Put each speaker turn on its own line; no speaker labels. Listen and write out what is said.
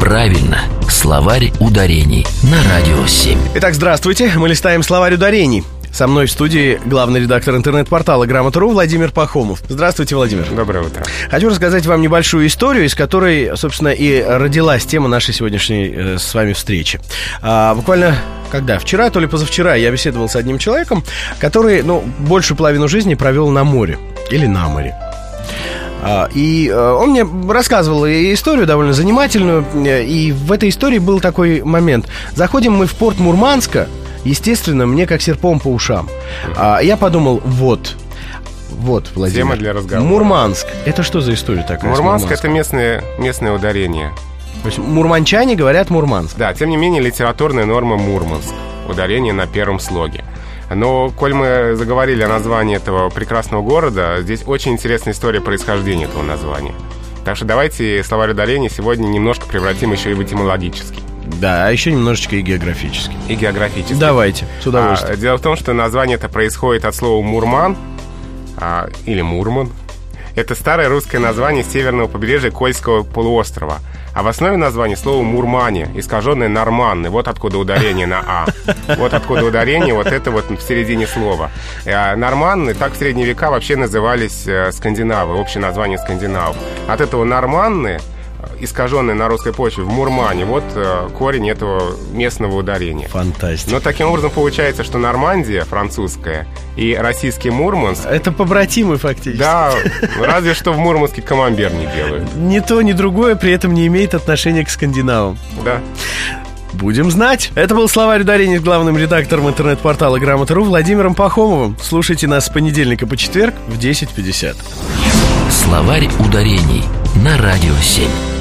правильно. Словарь ударений на Радио 7.
Итак, здравствуйте. Мы листаем словарь ударений. Со мной в студии главный редактор интернет-портала «Грамота.ру» Владимир Пахомов. Здравствуйте, Владимир.
Доброе утро.
Хочу рассказать вам небольшую историю, из которой, собственно, и родилась тема нашей сегодняшней э, с вами встречи. А, буквально когда? Вчера, то ли позавчера я беседовал с одним человеком, который, ну, большую половину жизни провел на море или на море. А, И э, он мне рассказывал и историю довольно занимательную. э, И в этой истории был такой момент. Заходим мы в порт Мурманска. Естественно, мне как серпом по ушам. А, Я подумал, вот. Вот, Владимир.
Тема для разговора.
Мурманск. Это что за история такая? с
Мурманск это
Мурманском?
местные, местные ударения.
То есть мурманчане говорят Мурманск.
Да, тем не менее, литературная норма Мурманск. Ударение на первом слоге. Но, коль мы заговорили о названии этого прекрасного города, здесь очень интересная история происхождения этого названия. Так что давайте словарь ударений сегодня немножко превратим еще и в этимологический
Да, а еще немножечко и географически.
и географический.
Давайте, с удовольствием.
А, дело в том, что название это происходит от слова «мурман» а, или «мурман». Это старое русское название северного побережья Кольского полуострова. А в основе названия слово «мурмане», искаженное «норманны». Вот откуда ударение на «а». Вот откуда ударение, вот это вот в середине слова. Э, Норманны, так в средние века вообще назывались э, скандинавы, общее название скандинавов. От этого «норманны», э, искаженное на русской почве, в «мурмане», вот э, корень этого местного ударения.
А, Фантастика.
Но таким образом получается, что Нормандия французская и российский Мурманск,
Ну, Это побратимы фактически.
да, разве что в Мурманске камамбер не делают.
Ни то, ни другое при этом не имеет отношения к скандинавам.
Да.
Будем знать. Это был словарь ударений с главным редактором интернет-портала Грамота.ру Владимиром Пахомовым. Слушайте нас с понедельника по четверг в 10.50.
Словарь ударений на Радио 7.